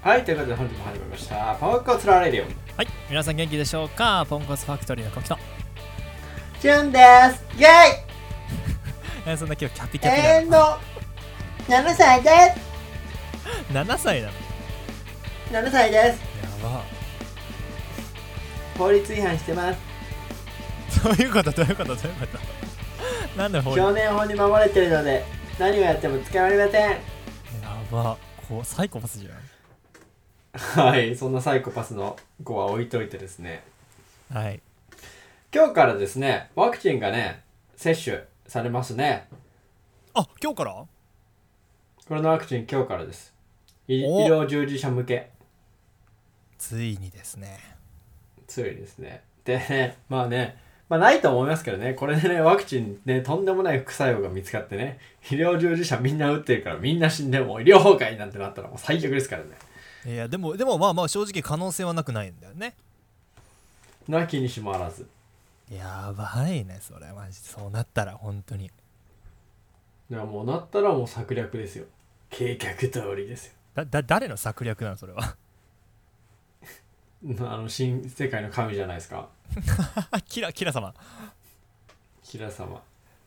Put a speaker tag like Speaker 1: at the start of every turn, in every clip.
Speaker 1: はい、ということで本日も始まりました。パワーコツラレディオ。
Speaker 2: はい皆さん元気でしょうかポンコツファクトリーのコキト、
Speaker 1: チュンです。イェ
Speaker 2: えーそんな今日キャピキャピ
Speaker 1: イ
Speaker 2: な
Speaker 1: エンド !7 歳で
Speaker 2: の、7歳なの
Speaker 1: す !7 歳です
Speaker 2: やば
Speaker 1: 法律違反してます。
Speaker 2: どういうことどういうことどういうことなんで法律
Speaker 1: 少
Speaker 2: や
Speaker 1: 年法に守れてるので、何をやっても捕まりません。
Speaker 2: ばこうサイコパスじゃ
Speaker 1: はい、そんなサイコパスの子は置いといてですね。
Speaker 2: んはい
Speaker 1: 今日からですね、ワクチンがね、接種されますね。
Speaker 2: あ今日から
Speaker 1: コロナワクチン今日からです。い医
Speaker 2: お
Speaker 1: 療従事者向け。
Speaker 2: ついにですね
Speaker 1: ついですね。でね、 まあね、まあないと思いますけどね、これでね、ワクチンね、とんでもない副作用が見つかってね、医療従事者みんな打ってるからみんな死んでもう医療崩壊なんてなったらもう最悪ですからね。
Speaker 2: いやでもでもまあまあ正直可能性はなくないんだよね
Speaker 1: なきにしもあらず。
Speaker 2: やばいねそれマジでそうなったら本当に
Speaker 1: だからもうなったらもう策略ですよ。計画通りですよ。
Speaker 2: だだ誰の策略なのそれは
Speaker 1: うんあの、新世界の神じゃないですか。
Speaker 2: キラキラ様
Speaker 1: キラ様。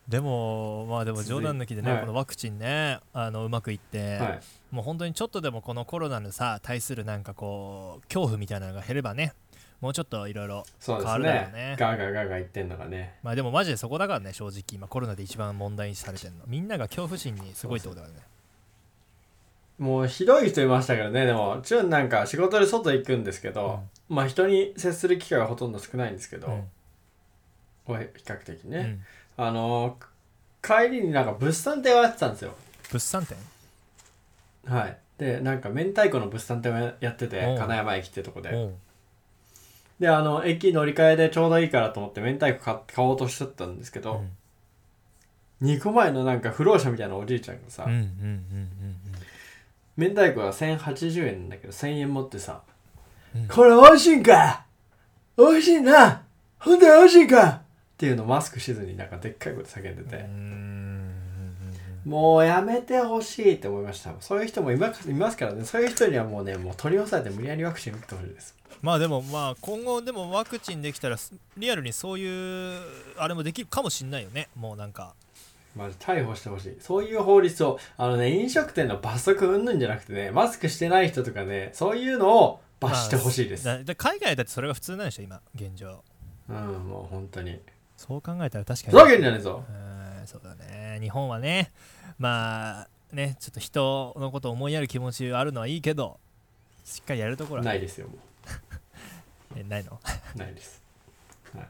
Speaker 2: でもまあでも冗談抜きでね、
Speaker 1: はい
Speaker 2: このワクチンねあのうまくいって、
Speaker 1: はい。
Speaker 2: もう本当にちょっとでもこのコロナのさ対するなんかこう恐怖みたいなのが減ればねもうちょっといろいろ
Speaker 1: そうです
Speaker 2: 変わるだ
Speaker 1: ね
Speaker 2: ろうね
Speaker 1: ガーガーガーガー言ってんのがね。
Speaker 2: まあでもマジでそこだからね正直今コロナで一番問題にされてるのみんなが恐怖心にすごいってことだよね
Speaker 1: もうひどい人いましたけどねでもチュンなんか仕事で外行くんですけど、まあ人に接する機会はほとんど少ないんですけど、これ比較的
Speaker 2: うんう
Speaker 1: ね、
Speaker 2: ん
Speaker 1: あの帰りになんか物産展をやってたんですよ
Speaker 2: 物産展
Speaker 1: はいでなんか明太子の物産展をやってて
Speaker 2: おう
Speaker 1: 金山駅ってとこで
Speaker 2: おう
Speaker 1: であの駅乗り換えでちょうどいいからと思って明太子買買おうとしちゃったんですけ
Speaker 2: うん
Speaker 1: ど、2個前のなんか不老者みたいなおじいちゃんがさ、
Speaker 2: うんうんうんうん
Speaker 1: 明太子が1080円なんだけど1000円持ってさ、
Speaker 2: うん
Speaker 1: これ美味しいんか美味しいなほんで美味しいんかっていうのをマスクしずになんかでっかい声で叫んで
Speaker 2: うんう
Speaker 1: て、
Speaker 2: ん
Speaker 1: もうやめてほしいって思いましたそういう人もいますいますからねそういう人にはもうねもう取り押さえて無理やりワクチン打ってほしいです
Speaker 2: まあでもまあ今後でもワクチンできたらすリアルにそういうあれもできるかもしんないよねもうなんか
Speaker 1: まず逮捕してほしいそういう法律をあのね飲食店の罰則うんぬんじゃなくてねマスクしてない人とかねそういうのを罰してほしいです、
Speaker 2: まあだだ海外だってそれが普通なんでしょ今現状
Speaker 1: うんもう本当に
Speaker 2: そう考えたら確か
Speaker 1: ふ
Speaker 2: に
Speaker 1: ざけんじゃねえぞ
Speaker 2: うーんそうだね日本はねまあねちょっと人のことを思いやる気持ちあるのはいいけどしっかりやるところは
Speaker 1: ないですよもう
Speaker 2: えないの
Speaker 1: ないです、はい、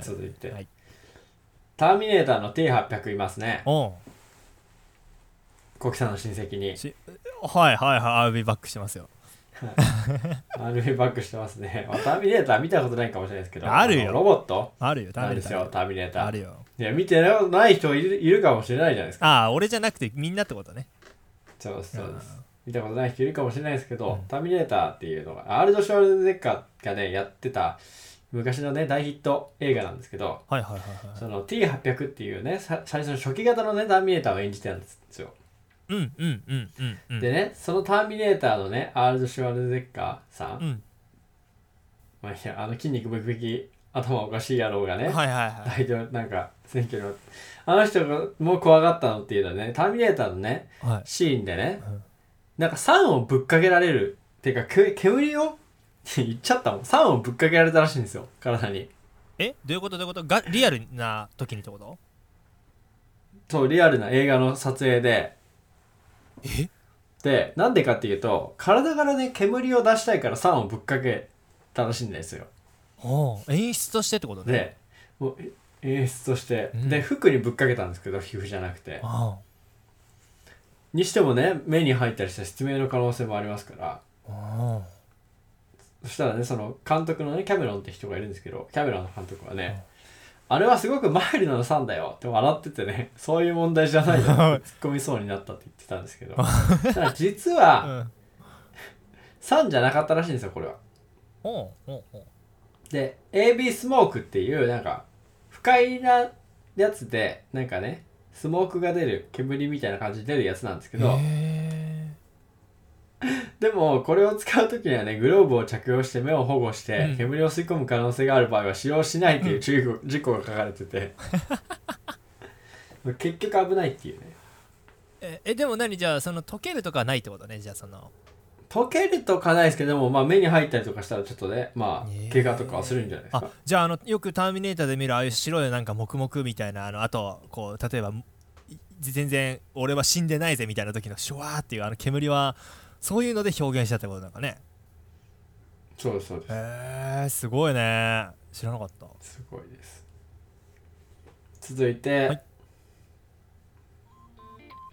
Speaker 1: 続いて、
Speaker 2: はい
Speaker 1: ターミネーターの T800 いますね
Speaker 2: おう
Speaker 1: コキさんの親戚に
Speaker 2: しはいはいはい RV バックしてますよ
Speaker 1: RV バックしてますね、まあ、ターミネーター見たことないかもしれないですけど
Speaker 2: あるよ
Speaker 1: のロボット
Speaker 2: あるよ
Speaker 1: なんですよターミネータ
Speaker 2: あ
Speaker 1: ー
Speaker 2: るよ
Speaker 1: いや見てない人いるいるかもしれないじゃないですか
Speaker 2: ああ俺じゃなくてみんなってことね
Speaker 1: そうですそうです
Speaker 2: あ
Speaker 1: 見たことない人いるかもしれないですけど、
Speaker 2: うん
Speaker 1: ターミネーターっていうのがアールド・ショルゼネッカーがねやってた昔のね大ヒット映画なんですけど
Speaker 2: はいはいはいはい
Speaker 1: その T800 っていうねさ最初の初期型のねターミネーターを演じてたんですよ
Speaker 2: うんうんうんうんうん
Speaker 1: でね、そのターミネーターのね、アールド・シュワルゼッカーさん、
Speaker 2: うん
Speaker 1: まあいや、あの筋肉ブキブキ、頭おかしい野郎がね、
Speaker 2: はいはいは
Speaker 1: 大
Speaker 2: い
Speaker 1: 統領、なんか、選挙の、あの人がもう怖がったのっていうのはね、ターミネーターのね、
Speaker 2: はい
Speaker 1: シーンでね、
Speaker 2: うん
Speaker 1: なんか酸をぶっかけられる、っていうか、け煙を言っちゃったもん、酸をぶっかけられたらしいんですよ、体に。
Speaker 2: えどういうことどういうことがリアルな時にってこと
Speaker 1: そう、リアルな映画の撮影で、
Speaker 2: え
Speaker 1: で、なんでかっていうと、体からね、煙を出したいから酸をぶっかけたらしいんですよ。
Speaker 2: おう演出としてってことね
Speaker 1: でもうえ演出として、
Speaker 2: うん
Speaker 1: で服にぶっかけたんですけど皮膚じゃなくて
Speaker 2: あ
Speaker 1: にしてもね目に入ったりしたら失明の可能性もありますから
Speaker 2: あおう
Speaker 1: そしたらねその監督のねキャメロンって人がいるんですけどキャメロンの監督はね、あれはすごくマイルドな酸だよって笑っててねそういう問題じゃ ないよって突っ込みそうになったって言ってたんですけどただ実
Speaker 2: う
Speaker 1: は
Speaker 2: ん
Speaker 1: 酸じゃなかったらしいんですよこれは。
Speaker 2: おうおうおう
Speaker 1: で AB スモークっていうなんか不快なやつでなんかねスモークが出る煙みたいな感じで出るやつなんですけど、
Speaker 2: へ
Speaker 1: でもこれを使う時にはねグローブを着用して目を保護して、
Speaker 2: うん
Speaker 1: 煙を吸い込む可能性がある場合は使用しないっていう注意事項事項が書かれて て結局危ないっていうね
Speaker 2: ええでも何じゃあその溶けるとかはないってことねじゃあその
Speaker 1: 溶けるとかないですけども、まあ、目に入ったりとかしたらちょっとねま
Speaker 2: ね
Speaker 1: あ
Speaker 2: え
Speaker 1: 怪我とかはするんじゃないです
Speaker 2: あ
Speaker 1: か
Speaker 2: じゃああのよく「ターミネーター」で見るああいう白いなんか黙々みたいなあのあとこう例えばい全然俺は死んでないぜみたいな時のシュワーっていうあの煙はそういうので表現したってことなんかね
Speaker 1: そうですそうで
Speaker 2: へえすごいね知らなかった
Speaker 1: すすごいです続いて、
Speaker 2: はい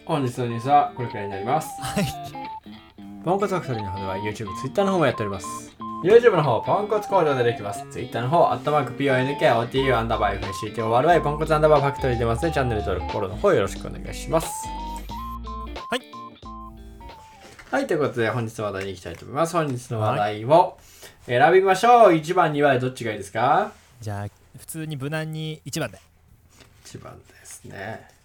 Speaker 1: 本日のニュースはこれくらいになります
Speaker 2: はい
Speaker 1: ポンコツファクトリーの方では YouTube、Twitter の方もやっております。YouTube の方、ポンコツ工場でできます。Twitter の方、アットマーク PONKOTU アンダーバー FCTORY ポンコツアンダーバーファクトリーでますね。チャンネル登録、フォローの方よろしくお願いします。
Speaker 2: はい。
Speaker 1: はい、ということで本日の話題に行きたいと思います。本日の話題を選びましょう。1番、2番でどっちがいいですか
Speaker 2: じゃあ普通に無難に1番で
Speaker 1: ?1 番ですね。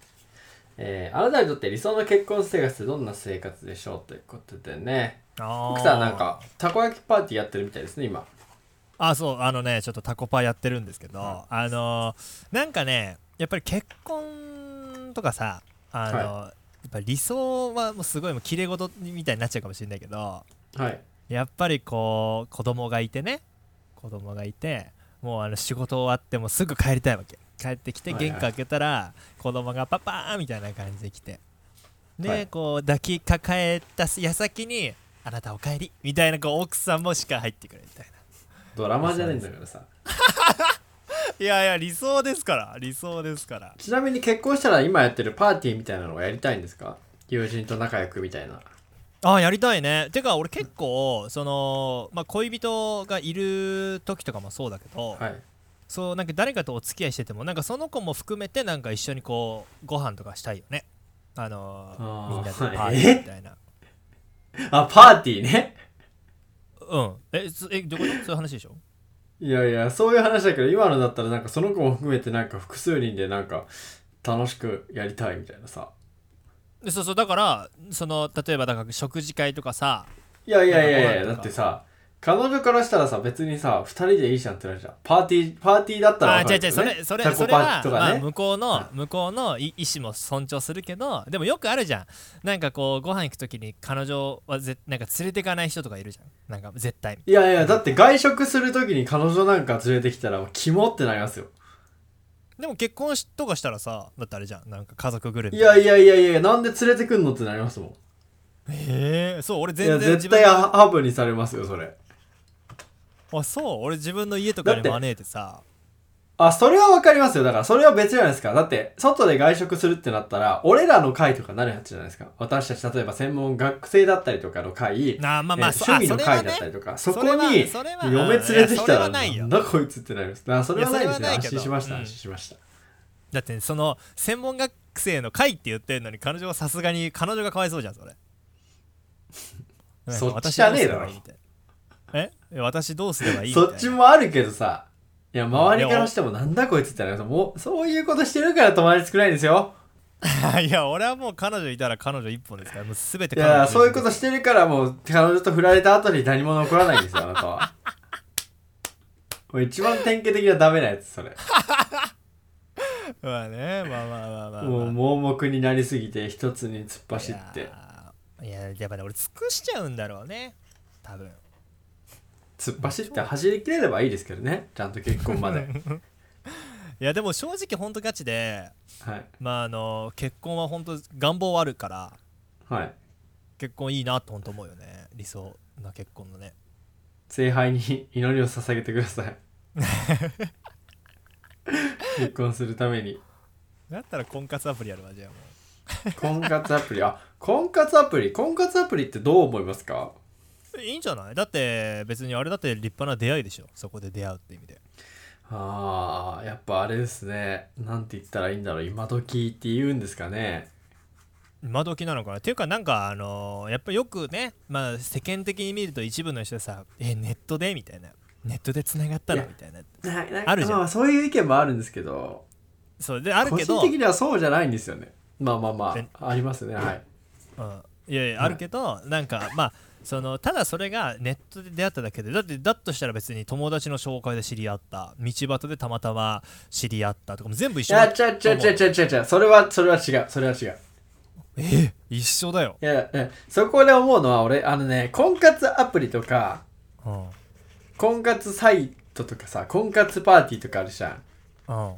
Speaker 1: えー、あなたにとって理想の結婚生活ってどんな生活でしょうということでね。
Speaker 2: あ
Speaker 1: 奥
Speaker 2: ー
Speaker 1: さんなんかたこ焼きパーティーやってるみたいですね今
Speaker 2: あそうあのねちょっとタコパやってるんですけど、あのなんかねやっぱり結婚とかさあの、
Speaker 1: は
Speaker 2: やっぱ理想はもうすごいもう綺麗事みたいになっちゃうかもしれないけど
Speaker 1: はい
Speaker 2: やっぱりこう子供がいてね子供がいてもうあの仕事終わってもうすぐ帰りたいわけ帰ってきて
Speaker 1: はいはい
Speaker 2: 玄関開けたら、子供がパパーみたいな感じで来てで、
Speaker 1: はい
Speaker 2: こう抱きかかえた矢先にあなたお帰りみたいなこう奥さんもしか入ってくれみたいな
Speaker 1: ドラマじゃねえんだからさ
Speaker 2: いやいや理想ですから理想ですから
Speaker 1: ちなみに結婚したら今やってるパーティーみたいなのをやりたいんですか友人と仲良くみたいな
Speaker 2: あやりたいねてか俺結構その、まあ、恋人がいる時とかもそうだけど、
Speaker 1: はい
Speaker 2: そうなんか誰かとお付き合いしててもなんかその子も含めてなんか一緒にこうご飯とかしたいよねあの
Speaker 1: あー
Speaker 2: みんなでパーティーみたいな
Speaker 1: あパーティーね
Speaker 2: うんえそえどこそういう話でしょ
Speaker 1: いやいやそういう話だけど今のだったらなんかその子も含めてなんか複数人でなんか楽しくやりたいみたいなさ
Speaker 2: でそうそうだからその例えばだから食事会とかさ
Speaker 1: いやいやいやいや
Speaker 2: なん
Speaker 1: だっ
Speaker 2: かご飯とか
Speaker 1: てさ彼女からしたらさ別にさ2人でいいじゃんってなるじゃんパーティーパーティーだったら
Speaker 2: あ
Speaker 1: わか
Speaker 2: 違う
Speaker 1: るけ
Speaker 2: 違う
Speaker 1: ど
Speaker 2: そ
Speaker 1: ね
Speaker 2: れ
Speaker 1: タ
Speaker 2: それ
Speaker 1: コ
Speaker 2: それ
Speaker 1: パー
Speaker 2: は、
Speaker 1: と
Speaker 2: ま
Speaker 1: か
Speaker 2: あ、
Speaker 1: ね、
Speaker 2: 向こうの
Speaker 1: は
Speaker 2: 向こうのい意思も尊重するけどでもよくあるじゃんなんかこうご飯行く時に彼女はぜなんか連れてかない人とかいるじゃんなんか絶対
Speaker 1: いやいやだって外食するときに彼女なんか連れてきたらもうキモってなりますよ
Speaker 2: でも結婚しとかしたらさだってあれじゃんなんか家族ぐるみ
Speaker 1: いやいやいやいや、なんで連れてくんのってなりますもん。
Speaker 2: へえそう俺
Speaker 1: いや、
Speaker 2: 全然
Speaker 1: 絶
Speaker 2: 自分
Speaker 1: 対
Speaker 2: の
Speaker 1: ハハブにされますよ、それ。
Speaker 2: あそう俺自分の家とかに招いてさ
Speaker 1: あ、それはわかりますよ。だから、それは別じゃないですか。だって、外で外食するってなったら、俺らの会とかなるやつじゃないですか。私たち、例えば専門学生だったりとかの会、
Speaker 2: あーまあまあ、
Speaker 1: えー
Speaker 2: そ
Speaker 1: 趣味の
Speaker 2: あそれは
Speaker 1: 会だったりとか、そこ
Speaker 2: そ
Speaker 1: に
Speaker 2: れはそれは
Speaker 1: 嫁連れてきた
Speaker 2: いやそれ
Speaker 1: ら、な
Speaker 2: はないよ
Speaker 1: んだこいつってなります。あ、それはないですね。
Speaker 2: いやそれはない
Speaker 1: 安
Speaker 2: けど
Speaker 1: 心しました、
Speaker 2: うん
Speaker 1: 安心しました。
Speaker 2: だってその専門学生の会って言ってんのに彼女はさすがに彼女がかわいそうじゃん それ
Speaker 1: そっちじゃねえだろ
Speaker 2: なんか私どうすればいいみたいなええ私どうすればいいみたい
Speaker 1: そ
Speaker 2: な
Speaker 1: っちもあるけどさ、いや、周りからしても、なんだこいつってなります。もう、そういうことしてるから友達少ないんですよ。
Speaker 2: いや俺はもう彼女いたら彼女一本ですからもう全て
Speaker 1: い
Speaker 2: 彼女
Speaker 1: やそういうことしてるからもう彼女と振られた後に何も残らないんですよあなたはもう一番典型的なダメなやつそれ
Speaker 2: まあねまあまあまあまあ、まあ、
Speaker 1: もう盲目になりすぎて一つに突っ走っ
Speaker 2: い
Speaker 1: て
Speaker 2: やーいややっぱね俺尽くしちゃうんだろうね多分
Speaker 1: 突っ走って走り切れればいいですけどねちゃんと結婚ま で
Speaker 2: いやでも正直ほんとガチで
Speaker 1: はい
Speaker 2: まああの結婚は本当願望はあるから
Speaker 1: はい
Speaker 2: 結婚いいなと本当思うよね理想な結婚のね
Speaker 1: 聖杯に祈りを捧げてください結婚するために
Speaker 2: だったら婚活アプリやるわじゃあもう
Speaker 1: 婚活アプリあ婚活アプリ婚活アプリってどう思いますか
Speaker 2: いいんじゃないだって別にあれだって立派な出会いでしょそこで出会うって意味で
Speaker 1: ああ、やっぱあれですね。なんて言ったらいいんだろう。今時って言うんですかね。
Speaker 2: 今時なのかなっていうかなんかあのーやっぱよくねまあ世間的に見ると一部の人さえネットでみたいなネットでつながったらみたいな
Speaker 1: なな
Speaker 2: あるじゃん
Speaker 1: まあ、そういう意見もあるんですけど、
Speaker 2: そうであるけど
Speaker 1: 個人的にはそうじゃないんですよね。まあまあま
Speaker 2: え
Speaker 1: あ、ありますね。はい。
Speaker 2: うんいやいやあるけど、なんかまあそのただそれがネットで出会っただけでだってだとしたら別に友達の紹介で知り合った道端でたまたま知り合ったとかも全部一緒
Speaker 1: や
Speaker 2: だ
Speaker 1: ちゃちゃちゃちゃちゃちゃそれはそれは違うそれは違う
Speaker 2: えー一緒だよ、
Speaker 1: いやいやそこで思うのは俺あのね婚活アプリとか
Speaker 2: うんうん
Speaker 1: 婚活サイトとかさ婚活パーティーとかあるじゃんい
Speaker 2: うん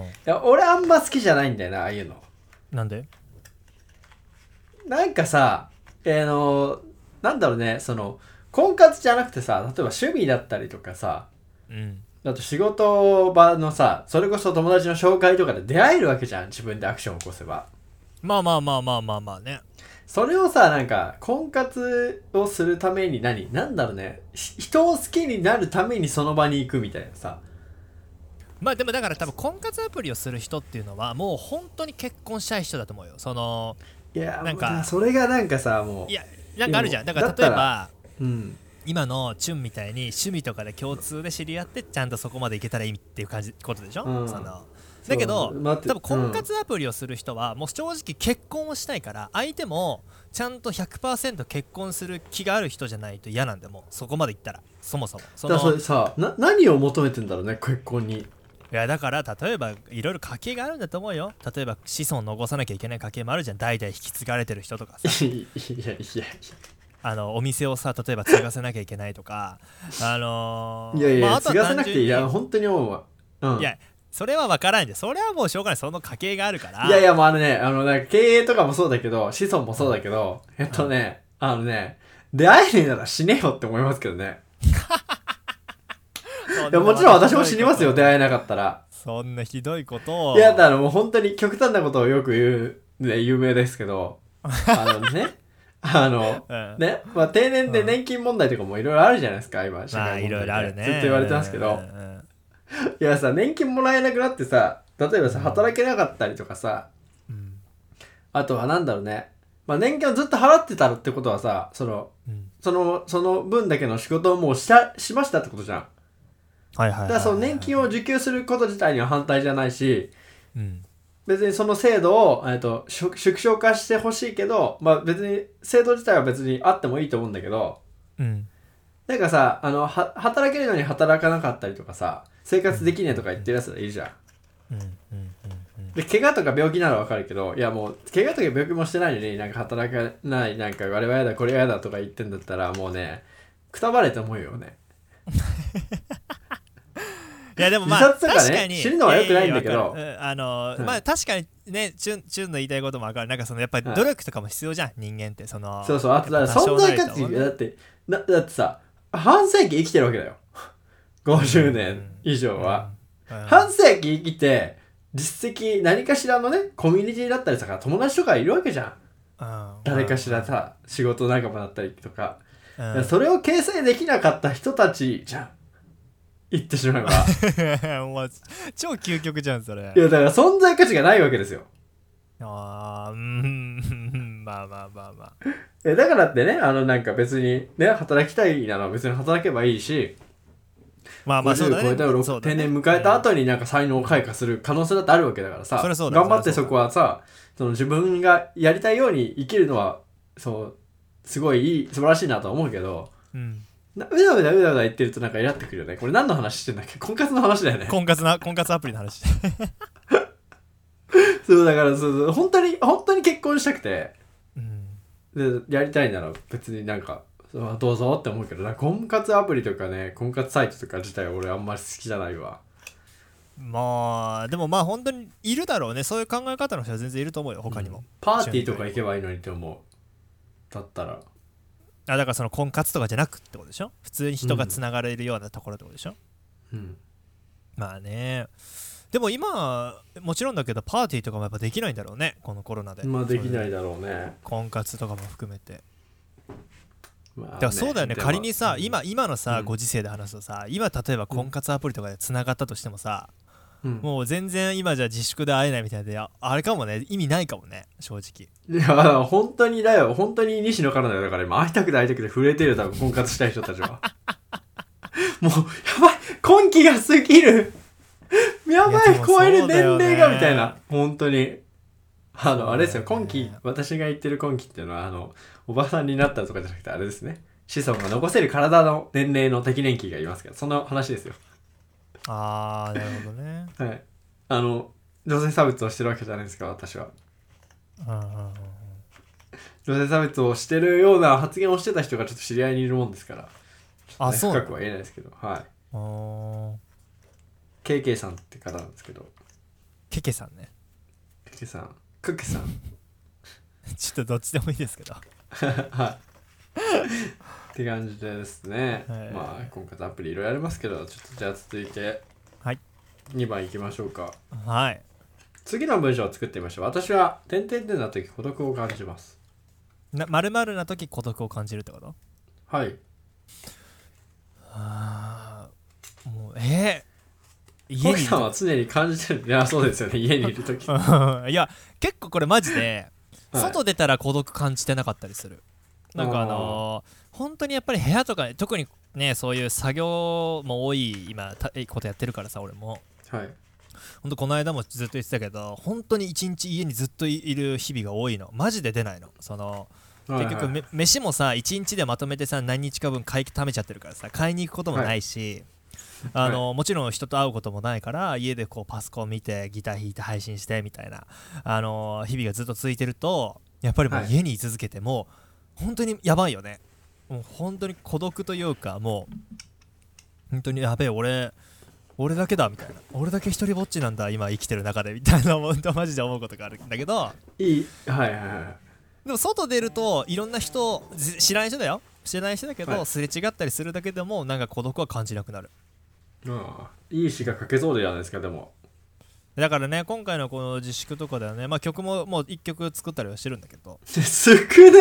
Speaker 2: うん
Speaker 1: や俺あんま好きじゃないんだよなああいうの
Speaker 2: なんで
Speaker 1: なんかさえーのなんだろうねその婚活じゃなくてさ例えば趣味だったりとかさ
Speaker 2: うん
Speaker 1: だと仕事場のさそれこそ友達の紹介とかで出会えるわけじゃん自分でアクションを起こせば
Speaker 2: まあまあまあまあまあまあね
Speaker 1: それをさなんか婚活をするために何なんだろうねし人を好きになるためにその場に行くみたいなさ
Speaker 2: まあでもだから多分婚活アプリをする人っていうのはもう本当に結婚したい人だと思うよその
Speaker 1: いや
Speaker 2: なんか
Speaker 1: まあそれがなんかさもう
Speaker 2: いやなんかあるじゃん
Speaker 1: で
Speaker 2: だ
Speaker 1: も
Speaker 2: から例
Speaker 1: だ
Speaker 2: え
Speaker 1: った
Speaker 2: ば
Speaker 1: うん
Speaker 2: 今のチュンみたいに趣味とかで共通で知り合ってちゃんとそこまでいけたらいいっていう感じことでしょ、
Speaker 1: うん
Speaker 2: そのだけ
Speaker 1: そ
Speaker 2: ど
Speaker 1: う待って
Speaker 2: 多分婚活アプリをする人はもう正直結婚をしたいから相手もちゃんと100%結婚する気がある人じゃないと嫌なんでもうそこまでいったらそもそもそ
Speaker 1: だからそ
Speaker 2: の
Speaker 1: れさな何を求めてんだろうね結婚に
Speaker 2: いやだから例えばいろいろ家系があるんだと思うよ例えば子孫残さなきゃいけない家系もあるじゃん代々引き継がれてる人とか さ
Speaker 1: いやいやいや
Speaker 2: あのお店をさ例えば継がせなきゃいけないとか あのー
Speaker 1: いやいやい
Speaker 2: ま
Speaker 1: や
Speaker 2: ああと
Speaker 1: 継
Speaker 2: は
Speaker 1: がせなく
Speaker 2: 単
Speaker 1: てい
Speaker 2: 純
Speaker 1: いい
Speaker 2: に
Speaker 1: や本当に思うわうん
Speaker 2: いや、それは分からんじゃん。それはもうしょうがない。その家系があるから。
Speaker 1: いやいや、もうあのね、あの、なんか経営とかもそうだけど、子孫もそうだけど、えっとね、あのね、出会えねえなら死ねよって思いますけどね。
Speaker 2: そん
Speaker 1: い
Speaker 2: な
Speaker 1: や、もちろん私も死にますよ、出会えなかったら。
Speaker 2: そんなひどいことを。
Speaker 1: いや、だからもう本当に極端なことをよく言う、ね、有名ですけど、あの ね、あの、
Speaker 2: うん
Speaker 1: ね、まあ定年で年金問題とかもいろいろあるじゃないですか、今。社
Speaker 2: まあ、
Speaker 1: 会問題
Speaker 2: いろい
Speaker 1: で
Speaker 2: ろあるね。
Speaker 1: ずっと言われてますけ
Speaker 2: うん
Speaker 1: ど
Speaker 2: う、ん
Speaker 1: いやさ、年金もらえなくなってさ、例えばさ、働けなかったりとかさ、
Speaker 2: うん
Speaker 1: あとはなんだろうね。まあ年金をずっと払ってたってことはさ、その、
Speaker 2: うん
Speaker 1: その、その分だけの仕事をもうした、しましたってことじゃん。
Speaker 2: はいはいはいは
Speaker 1: だ
Speaker 2: い。
Speaker 1: からその年金を受給すること自体には反対じゃないし、
Speaker 2: うん。
Speaker 1: 別にその制度を、えっと、縮縮小化してほしいけど、まあ別に、制度自体は別にあってもいいと思うんだけど、
Speaker 2: うん。
Speaker 1: なんかさ、あの、は働けるのに働かなかったりとかさ、生活できねえとか言ってるやつがいるじゃん。
Speaker 2: うん。うん。うん。
Speaker 1: で、怪我とか病気ならわかるけど、いやもう、怪我とか病気もしてないのに、なんか働かない、なんか、あれはやだ、これはやだとか言ってんだったら、もうね、くたばれて思うよね。
Speaker 2: いやでもまあ
Speaker 1: 自殺とかね
Speaker 2: 確かに
Speaker 1: 死ぬのは良くないんだけど
Speaker 2: いやいやいやわかるうんあのー
Speaker 1: うん
Speaker 2: まあ確かにねチュンチュンの言いたいことも分かるなんかそのやっぱり
Speaker 1: はい
Speaker 2: 努力とかも必要じゃん人間ってその
Speaker 1: そうそう、あと、だから
Speaker 2: やっぱ
Speaker 1: 存
Speaker 2: 多少
Speaker 1: 在
Speaker 2: ない
Speaker 1: 価
Speaker 2: と思う
Speaker 1: 値、
Speaker 2: ね
Speaker 1: だって、なだってさ、半世紀生きてるわけだよ。50年以上は。
Speaker 2: うんうん
Speaker 1: 半世紀生きて、実績、何かしらのね、コミュニティだったりとか、友達とかいるわけじゃん。
Speaker 2: うん
Speaker 1: 誰かしらさ、仕事仲間だったりとか。
Speaker 2: うん
Speaker 1: いやそれを形成できなかった人たちじゃん。言ってしまえば。
Speaker 2: もう超究極じゃんそれ
Speaker 1: いやだから存在価値がないわけですよ。
Speaker 2: ああうーんまあまあまあまあ
Speaker 1: えだからってね、あのなんか別にね、働きたいなら別に働けばいいし、
Speaker 2: まあまあそうだ
Speaker 1: 50
Speaker 2: ね
Speaker 1: 超えたよ、
Speaker 2: そうだ
Speaker 1: 定
Speaker 2: ね
Speaker 1: 年迎えた後になんか才能を開花する可能性だってあるわけだからさ、
Speaker 2: そりゃそうだ
Speaker 1: 頑張って
Speaker 2: そ
Speaker 1: そ
Speaker 2: りゃ
Speaker 1: こ
Speaker 2: そう
Speaker 1: はさ、その自分がやりたいように生きるのは、そう、すごいいい、素晴らしいなとは思うけど、
Speaker 2: うん
Speaker 1: なうだうだうだうだ言ってるとなんかイラってくるよね。これ何の話してんだっけ婚活の話だよね。
Speaker 2: 婚活な婚活アプリの話
Speaker 1: そうだからそうそう、本当に、本当に結婚したくて、
Speaker 2: うん
Speaker 1: でやりたいなら別になんかあどうぞって思うけどな婚活アプリとかね婚活サイトとか自体俺あんまり好きじゃないわ
Speaker 2: まあでもまあ本当にいるだろうねそういう考え方の人は全然いると思うよ他にも、
Speaker 1: パーティーとか行けばいいのにって思うだったら
Speaker 2: あだからその婚活とかじゃなくってことでしょ普通に人がつながれるようなところってことでしょ、
Speaker 1: うん
Speaker 2: まあねでも今もちろんだけどパーティーとかもやっぱできないんだろうねこのコロナで
Speaker 1: まあできないいだろうね,、
Speaker 2: 婚活とかも含めて
Speaker 1: まあ、
Speaker 2: だからそうだよね
Speaker 1: でも
Speaker 2: 仮にさ今今のさ、
Speaker 1: うん
Speaker 2: ご時世で話すとさ今例えば婚活アプリとかでつながったとしてもさ、
Speaker 1: うん
Speaker 2: もう全然今じゃ自粛で会えないみたいでああれかもね意味ないかもね正直
Speaker 1: いや本当にだよ本当に西野からだよだから今会いたくて会いたくて震えてるよ多分婚活したい人たち はもうやばい今期が過ぎるやば
Speaker 2: いや
Speaker 1: い
Speaker 2: でも
Speaker 1: 超える
Speaker 2: そうだ
Speaker 1: 年
Speaker 2: よね
Speaker 1: 齢がみたいな本当にあの、あれですよ、
Speaker 2: そうだよ
Speaker 1: 今期、
Speaker 2: ね
Speaker 1: 私が言ってる今期っていうのは、あの、おばさんになったとかじゃなくて、あれですね。子孫が残せる体の年齢の適年期がいますけど、その話ですよ。
Speaker 2: あーなるほどね
Speaker 1: はい。あの、女性差別をしてるわけじゃないですか、私は。
Speaker 2: うんうんうん
Speaker 1: 女性差別をしてるような発言をしてた人がちょっと知り合いにいるもんですから、
Speaker 2: あ
Speaker 1: ね
Speaker 2: そうな
Speaker 1: 深
Speaker 2: の
Speaker 1: くは言えないですけど、はい。
Speaker 2: あー
Speaker 1: KK さんって方なんですけど、
Speaker 2: ケケさんね
Speaker 1: KK さん、クックさん。
Speaker 2: ちょっとどっちでもいいですけど
Speaker 1: はい。って感じですね。
Speaker 2: はい
Speaker 1: まあ今回アプリいろいろありますけど、ちょっとじゃあ続いて、
Speaker 2: はい
Speaker 1: 2番いきましょうか。
Speaker 2: はい
Speaker 1: 次の文章を作ってみましょう。私は、点々点な時孤独を感じます。
Speaker 2: なまるまるな時孤独を感じるってこと
Speaker 1: はい。
Speaker 2: ああもうえー、
Speaker 1: コ
Speaker 2: 家
Speaker 1: キ
Speaker 2: にい
Speaker 1: さんは常に感じてる。いや、そうですよね。家にいる時。は
Speaker 2: る いや結構これマジで、
Speaker 1: はい
Speaker 2: 外出たら孤独感じてなかったりするなんかあのー本当にやっぱり部屋とか特にねそういう作業も多い今たことやってるからさ俺も
Speaker 1: い。
Speaker 2: 本当この間もずっと言ってたけど本当に一日家にずっといる日々が多いのマジで出ないのその結局め、飯もさ1日でまとめてさ何日か分買い貯めちゃってるからさ買いに行くこともないし、あのもちろん人と会うこともないから家でこうパソコン見てギター弾いて配信してみたいなあの日々がずっと続いてるとやっぱりもう
Speaker 1: はい
Speaker 2: 家に居続けても、本当にやばいよねもう本当に孤独というかもう本当にやべえ俺俺だけだみたいな俺だけ一人ぼっちなんだ今生きてる中でみたいな本当マジで思うことがあるんだけど
Speaker 1: いい。はいはいはい。
Speaker 2: でも外出るといろんな人ず知らない人だよ知らない人だけど、
Speaker 1: はい
Speaker 2: すれ違ったりするだけでもなんか孤独は感じなくなる
Speaker 1: ああいい詩が書けそうじゃないですか、でも。
Speaker 2: だからね今回のこの自粛とかではね、まあ、曲ももう1曲作ったりはしてるんだけど
Speaker 1: すくね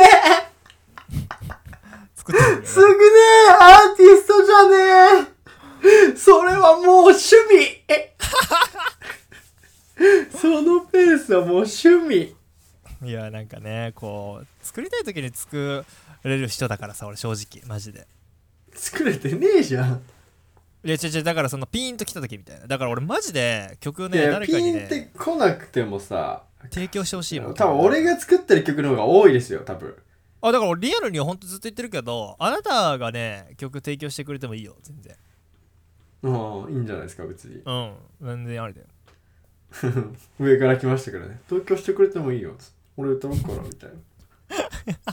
Speaker 2: 作ってるんだけ
Speaker 1: す
Speaker 2: ど
Speaker 1: くねアーティストじゃねえそれはもう趣味えそのペースはもう趣味
Speaker 2: いやなんかねこう作りたい時に作れる人だからさ俺正直マジで
Speaker 1: 作れてねえじゃん。
Speaker 2: いや違う違うだからそのピンときた時みたいなだから俺マジで曲を
Speaker 1: い
Speaker 2: ね
Speaker 1: や、
Speaker 2: 誰か
Speaker 1: ピ
Speaker 2: に
Speaker 1: ンって
Speaker 2: ね
Speaker 1: 来なくてもさ、
Speaker 2: 提供してほしいもん
Speaker 1: 多分俺が作ってる曲の方が多いですよ、多分。
Speaker 2: あだから俺リアルにはほんとずっと言ってるけどあなたがね曲提供してくれてもいいよ全然
Speaker 1: うん、いいんじゃないですか、別に。
Speaker 2: うん全然あれだよ
Speaker 1: 上から来ましたからね。東京してくれてもいいよ。俺歌うから、みたいな。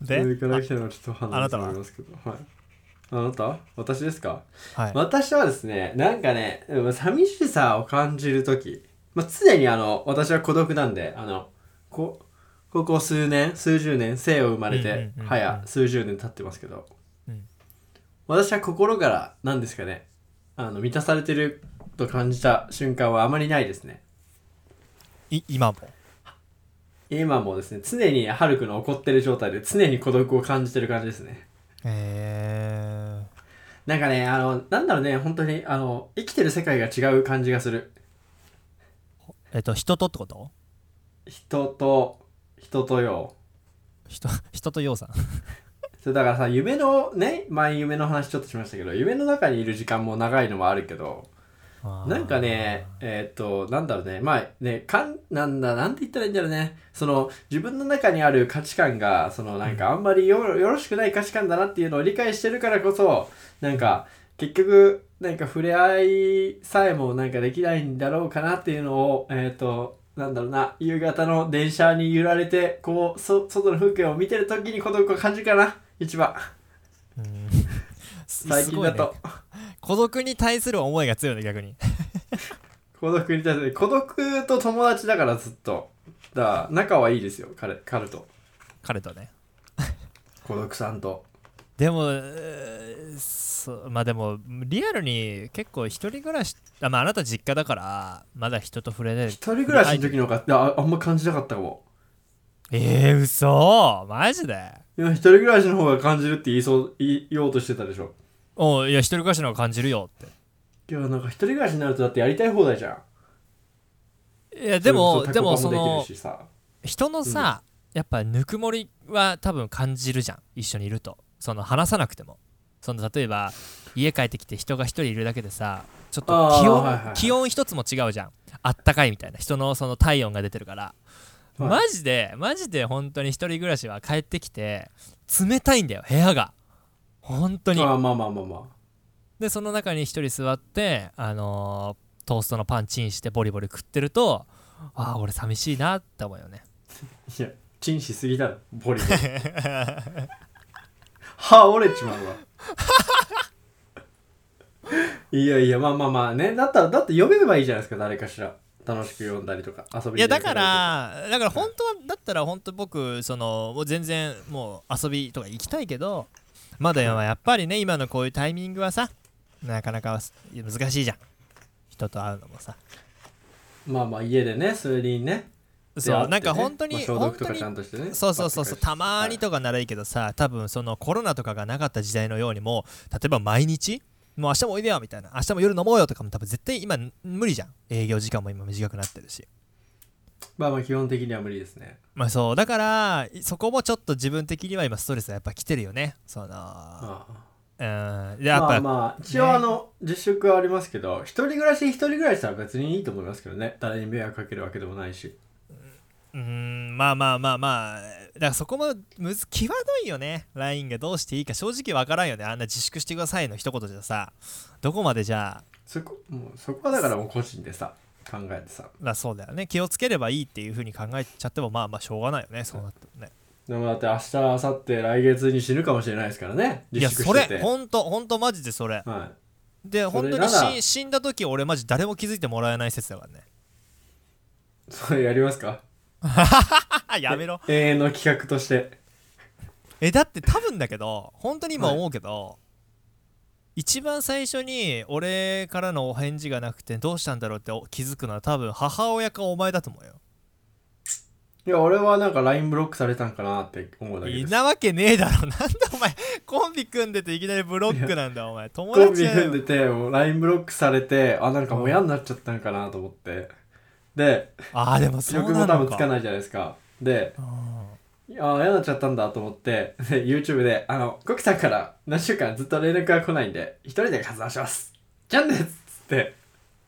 Speaker 2: で
Speaker 1: 上から来たのはちょっと
Speaker 2: あ
Speaker 1: 話し
Speaker 2: あな
Speaker 1: て
Speaker 2: たは
Speaker 1: みますけど。はい。あなた私ですか
Speaker 2: はい、
Speaker 1: 私はですねなんかねうん寂しさを感じる時、まあ、常にあの私は孤独なんであのこここ数年数十年生を生まれ
Speaker 2: うんうん
Speaker 1: て
Speaker 2: うんうん
Speaker 1: 早数十年経ってますけど、
Speaker 2: うん
Speaker 1: 私は心から何ですかねあの満たされてると感じた瞬間はあまりないですね
Speaker 2: い今も
Speaker 1: 今もですね常にハルクの怒ってる状態で常に孤独を感じてる感じですね
Speaker 2: え
Speaker 1: なんかねあのなんだろうね本当にあの生きてる世界が違う感じがする
Speaker 2: ー、えっと人とってこと
Speaker 1: 人と人とよ
Speaker 2: 人人 とようさん
Speaker 1: それだからさ夢のね前夢の話ちょっとしましたけど夢の中にいる時間も長いのもあるけど
Speaker 2: あー
Speaker 1: なんかねえーっとなんだろうねまあねかんなんだなんて言ったらいいんだろうねその自分の中にある価値観がそのなんかあんまりよよろしくない価値観だなっていうのを理解してるからこそなんか結局なんか触れ合いさえもなんかできないんだろうかなっていうのをえーっとなんだろうな夕方の電車に揺られてこうそ外の風景を見てる時に孤独を感じるかな一番
Speaker 2: うんす
Speaker 1: 最近だ
Speaker 2: すごい
Speaker 1: と
Speaker 2: ね、孤独に対する思いが強いね逆に
Speaker 1: 孤独に対する孤独と友達だからずっとだから仲はいいですよ彼彼と
Speaker 2: 彼とね
Speaker 1: 孤独さんと
Speaker 2: でもえーそうまあでもリアルに結構一人暮らしあ,、まあ、あなた実家だからまだ人と触れれる
Speaker 1: 一人暮らしの時の方がああんま感じなかったかも
Speaker 2: えー、嘘マジで
Speaker 1: いや一人暮らしの方が感じるって言いそう言い言おうとしてたでしょ
Speaker 2: おういや一人暮らしの方が感じるよっ
Speaker 1: いやなんか一人暮らしになるとだってやりたい放題じゃん
Speaker 2: ていやでも
Speaker 1: れこ
Speaker 2: でも
Speaker 1: タ
Speaker 2: そ
Speaker 1: コパ
Speaker 2: の
Speaker 1: できるしさ
Speaker 2: 人のさ、やっぱぬくもりは多分感じるじゃん一緒にいるとその話さなくてもその例えば家帰ってきて人が一人いるだけでさちょっと
Speaker 1: あー
Speaker 2: 気温、
Speaker 1: はいはいはい
Speaker 2: 気温一つも違うじゃんあったかいみたいな人のその体温が出てるから、
Speaker 1: はい
Speaker 2: マジでマジで本当に一人暮らしは帰ってきて冷たいんだよ部屋が本当に
Speaker 1: ああまあまあまあま
Speaker 2: でその中に一人座って、あのートーストのパンチンしてボリボリ食ってるとああ俺寂しいなって思うよね
Speaker 1: あいやチンしすぎだろボリボリ 歯折れちまうわいやいやまあまあまあねだったらだって呼べればいいじゃないですか誰かしら楽しく呼んだりとか遊びに
Speaker 2: いやだからだから本当はだったら本当僕そのもう全然もう遊びとか行きたいけどまだやっぱりね今のこういうタイミングはさなかなか難しいじゃん人と会うのもさ
Speaker 1: まあまあ家でね数人ね出
Speaker 2: そ
Speaker 1: 会っ
Speaker 2: う、
Speaker 1: てね
Speaker 2: なんか本当に、
Speaker 1: まあ消
Speaker 2: 本
Speaker 1: 毒と
Speaker 2: 当
Speaker 1: か
Speaker 2: に
Speaker 1: ちゃんとしてね
Speaker 2: そうそうそうそうたまにとかならいいけどさ多分そのコロナとかがなかった時代のようにもう例えば毎日もう明日もおいでよみたいな明日も夜飲もうよとかも多分絶対今無理じゃん営業時間も今短くなってるし
Speaker 1: まあまあ基本的には無理ですね
Speaker 2: まあそうだからそこもちょっと自分的には今ストレスがやっぱ来てるよねその
Speaker 1: ああ
Speaker 2: うんでやっぱ、
Speaker 1: まあまあ一応あの自粛はありますけど、一人暮らし一人暮らしなら別にいいと思いますけどね誰に迷惑かけるわけでもないし
Speaker 2: うーんまあまあまあまあだからそこもむず際どいよねラインがどうしていいか正直わからんよねあんな自粛してくださいの一言じゃさどこまでじゃあ
Speaker 1: そこもうそこはだからもう個人でさ考えてさ
Speaker 2: まあそうだよね気をつければいいっていうふうに考えちゃってもまあまあしょうがないよねそうなってもね
Speaker 1: でもだって明日明後日来月に死ぬかもしれないですからね
Speaker 2: いや
Speaker 1: 自粛
Speaker 2: そ
Speaker 1: してて
Speaker 2: れほんとほんとマジでそれ
Speaker 1: は
Speaker 2: で
Speaker 1: そ
Speaker 2: 本
Speaker 1: れ
Speaker 2: 当
Speaker 1: な
Speaker 2: に
Speaker 1: ら
Speaker 2: し死んだ時俺マジ誰も気づいてもらえない説だからね
Speaker 1: いそれやります か
Speaker 2: あやめろ
Speaker 1: 永遠の企画として
Speaker 2: えだって多分だけど本当に今思うけど、一番最初に俺からのお返事がなくてどうしたんだろうって気づくのは多分母親かお前だと思うよ
Speaker 1: いや俺はなんか LINE ブロックされたんかなって思うだけ
Speaker 2: い
Speaker 1: です
Speaker 2: なわけねえだろ なんだお前コンビ組んでていきなりブロックなんだお前友
Speaker 1: コン
Speaker 2: 達
Speaker 1: ビ
Speaker 2: やね
Speaker 1: 組んでてもう LINE ブロックされてあなんかもう嫌になっちゃったんかなと思ってで
Speaker 2: ああでもそ
Speaker 1: 記
Speaker 2: う
Speaker 1: 憶
Speaker 2: な
Speaker 1: も多
Speaker 2: の
Speaker 1: 分つか
Speaker 2: か
Speaker 1: ないじゃないですかで
Speaker 2: うん
Speaker 1: いやー嫌になっちゃったんだと思って、 で YouTube で、あの、コキさんから何週間ずっと連絡が来ないんで、一人で活動します。じゃんですっつって。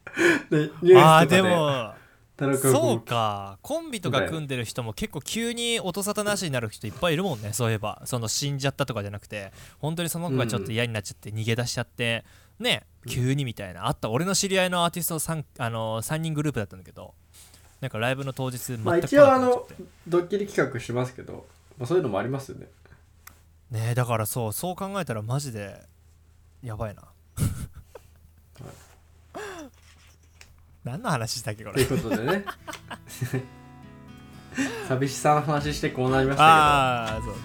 Speaker 1: で、ニュースと
Speaker 2: あ
Speaker 1: か
Speaker 2: あ
Speaker 1: で、
Speaker 2: でも
Speaker 1: 田中君
Speaker 2: そうかコンビとか組んでる人も結構急に音沙汰なしになる人いっぱいいるもんねそういえばその死んじゃったとかじゃなくて本当にその子がちょっと嫌になっちゃって逃げ出しちゃって、ね急にみたいなあった俺の知り合いのアーティスト 3, あの3人グループだったんだけどなんかライブの当日全く来
Speaker 1: まあ
Speaker 2: なくなっち
Speaker 1: 一
Speaker 2: ゃ
Speaker 1: 応あ
Speaker 2: っ
Speaker 1: の
Speaker 2: て、、
Speaker 1: ドッキリ企画しますけど、まあ、そういうのもありますよね。
Speaker 2: ねだからそうそう考えたらマジでやばいな 何の話したっけこと
Speaker 1: い
Speaker 2: れ
Speaker 1: うことで ね。寂しさの話してこうなりましたけど、は
Speaker 2: ああそうね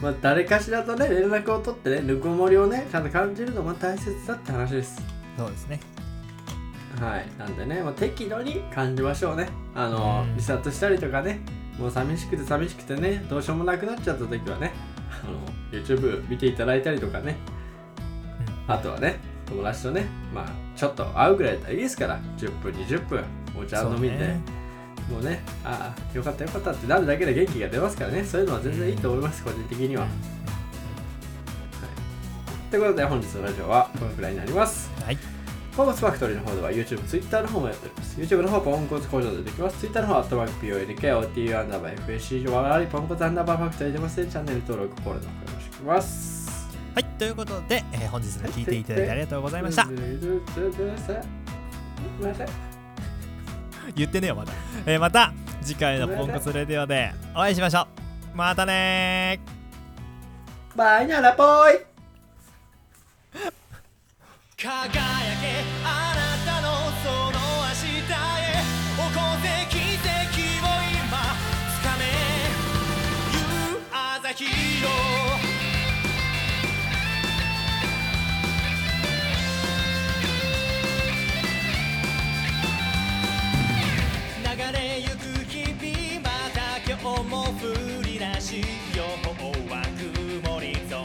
Speaker 1: いまあ、誰かしらとね、連絡を取ってね、ぬくもりをね、ちゃんと感じるのも大切だって話です。
Speaker 2: そうですね
Speaker 1: はい、なんでね、まあ、適度に感じましょうねあの、
Speaker 2: うん
Speaker 1: 自殺したりとかねもう寂しくて寂しくてねどうしようもなくなっちゃった時はねあの YouTube 見ていただいたりとかね、あとはね友達とねまあちょっと会うぐらいだったらいいですから10分20分お茶飲みで、
Speaker 2: そうね
Speaker 1: もうねああよかったよかったってなるだけで元気が出ますからねそういうのは全然いいと思います、個人的には、はい、ということで本日のラジオはこのくらいになります
Speaker 2: はい
Speaker 1: ポンコツファクトリーの方では YouTube、Twitter の方もやっております。YouTube の方はポンコツ工場でできます。Twitter の方はアットマーク PONKOTU アンダーバー FSC 上がりポンコツアンダーバーファクトリーでますのでチャンネル登録、フォローの方よろしくお願いします。
Speaker 2: はい、ということで、えー本日も聞いていただいてありが とうございました。言ってねえよ、まだ。えーまた次回のポンコツレディオでお会いしましょう。またねー。
Speaker 1: バイナラポーイ
Speaker 2: 輝けあなたのその明日へ起こせ奇跡を今掴め You are the hero「流れゆく日々また今日も降り出し」「予報は曇り空」「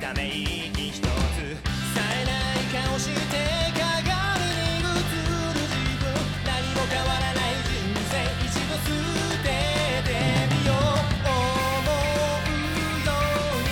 Speaker 2: ため息ひとつ」「冴えない顔して鏡に映る自分」「何も変わらない人生一度捨ててみよう」「思う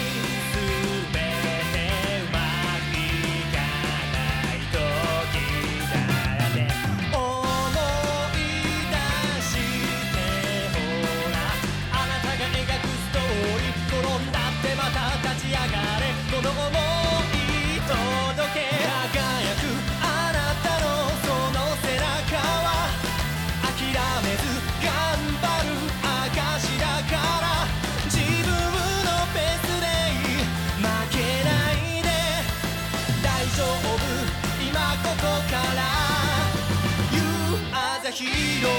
Speaker 2: 日の